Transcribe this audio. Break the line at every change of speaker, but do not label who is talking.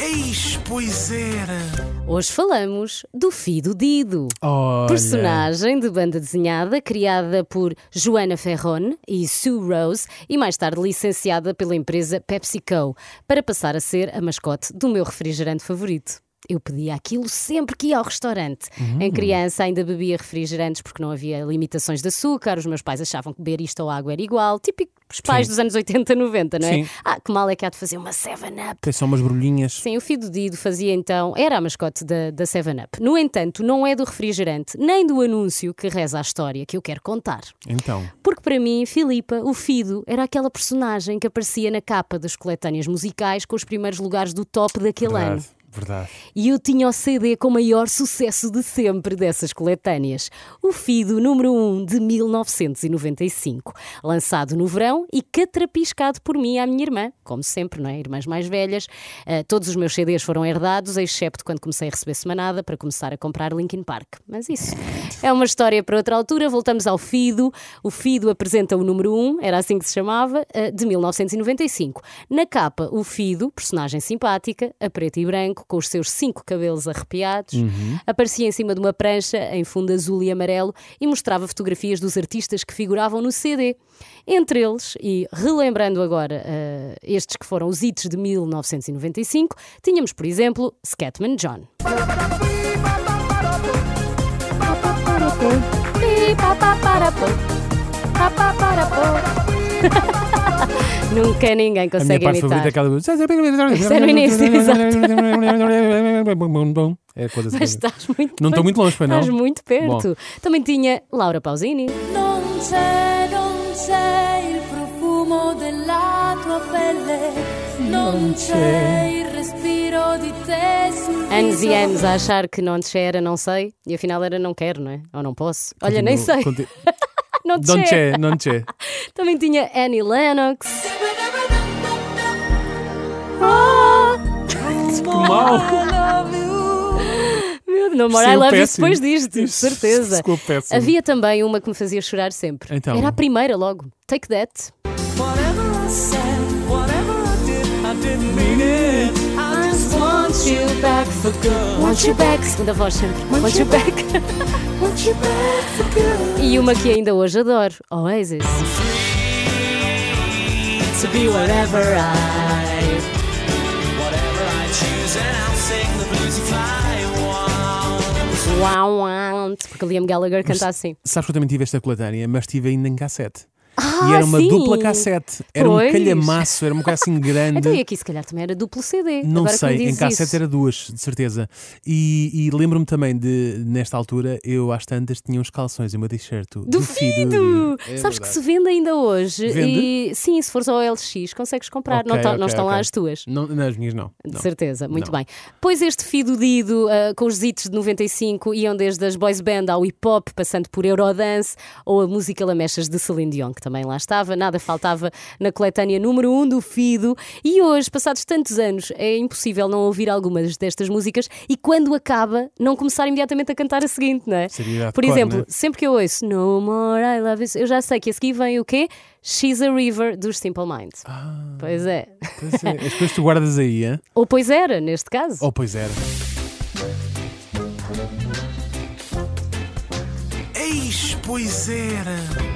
Eis, pois era!
Hoje falamos do Fido Dido,
Olha.
personagem de banda desenhada criada por Joana Ferrone e Sue Rose e mais tarde licenciada pela empresa PepsiCo para passar a ser a mascote do meu refrigerante favorito. Eu pedia aquilo sempre que ia ao restaurante.
Hum.
Em criança ainda bebia refrigerantes porque não havia limitações de açúcar, os meus pais achavam que beber isto ou água era igual, típico dos pais dos anos 80, 90, não é?
Sim.
Ah, que mal é que há de fazer uma 7-Up.
Tem só umas brulhinhas.
Sim, o Fido Dido fazia então, era a mascote da, da 7-Up. No entanto, não é do refrigerante, nem do anúncio que reza a história que eu quero contar.
Então,
Porque para mim, Filipa, o Fido, era aquela personagem que aparecia na capa das coletâneas musicais com os primeiros lugares do top daquele ano.
verdade, verdade.
E eu tinha o CD com o maior sucesso de sempre dessas coletâneas, o Fido número 1 de 1995, lançado no verão e catrapiscado por mim e a minha irmã, como sempre, não é? Irmãs mais velhas. Ah, todos os meus CDs foram herdados, excepto quando comecei a receber semanada para começar a comprar Linkin Park. Mas isso é uma história para outra altura. Voltamos ao Fido. O Fido apresenta o número 1, era assim que se chamava, ah, de 1995. Na capa, o Fido, personagem simpática, a preto e branco, com os seus cinco cabelos arrepiados,
Uhum.
aparecia em cima de uma prancha em fundo azul e amarelo e mostrava fotografias dos artistas que figuravam no CD. Entre eles, e relembrando agora ah, estes que foram os hits de 1995, tínhamos, por exemplo, Scatman John. Nunca ninguém
A minha
consegue
parte
imitar.
favorita é aquela do.
Isso é no início,
exato. É coisa
Mas tá,
assim.
estás muito
Não estou
perto.
muito longe, foi não?
Estás muito perto. Também tinha Laura Pausini.
Non c'è, non c'è il profumo della tua pelle, non c'è il respiro di te sul
Anos e
viso.
anos a achar que não te era, não sei. E afinal era não quero, não é? Ou não posso. Olha, nem sei.
Continu-
Não te
Tipo, Don't
era.
che, non che.
Também tinha Annie Lennox.
Mal.
Meu Deus,
Sim,
I
o
love you
péssimo.
depois disto, de certeza.
Desculpa, péssimo.
Havia também uma que me fazia chorar sempre.
Então.
Era a primeira logo. Take That. Want you back. Segunda voz sempre. Want you back. E uma que ainda hoje adoro. Oasis. To be whatever I... Uau, uau. Porque Liam Gallagher canta assim.
Sabes que eu também tive esta coletânea, mas tive ainda em cassete.
Ah,
e era uma
sim.
dupla cassete. Era
Pois.
um calhamaço, era uma coisa assim grande.
Então, e aqui se calhar também era duplo CD.
Não
Agora que me
sei, em
dizes
cassete
isso.
era duas, de certeza. E, e lembro-me também de, nesta altura, eu às tantas tinha uns calções e uma t-shirt do,
Do Fido!
É
Sabes
verdade.
que se vende ainda hoje.
Vende?
E sim, se fores ao LX, consegues comprar. não,
Ok,
tá- não
ok,
estão lá
ok.
as tuas.
Não, nas minhas não.
De
não.
certeza, muito
Não.
bem. Pois este Fido Dido, ah, com os hits de 95, iam desde as boys band ao hip hop, passando por Eurodance ou a música Lamechas de Celine Dion, que também lá estava. Nada faltava na coletânea número 1 um do Fido. E hoje, passados tantos anos, é impossível não ouvir algumas destas músicas e quando acaba, não começar imediatamente a cantar a seguinte, não é?
Seria hardcore,
por exemplo,
né?
sempre que eu ouço No More I Love You, eu já sei que a seguir vem o quê? She's a River dos Simple Minds.
Ah.
Pois é.
Pois é, As coisas tu guardas aí, hein?
Ou pois era, neste caso.
Oh, pois era.
Eis, pois era!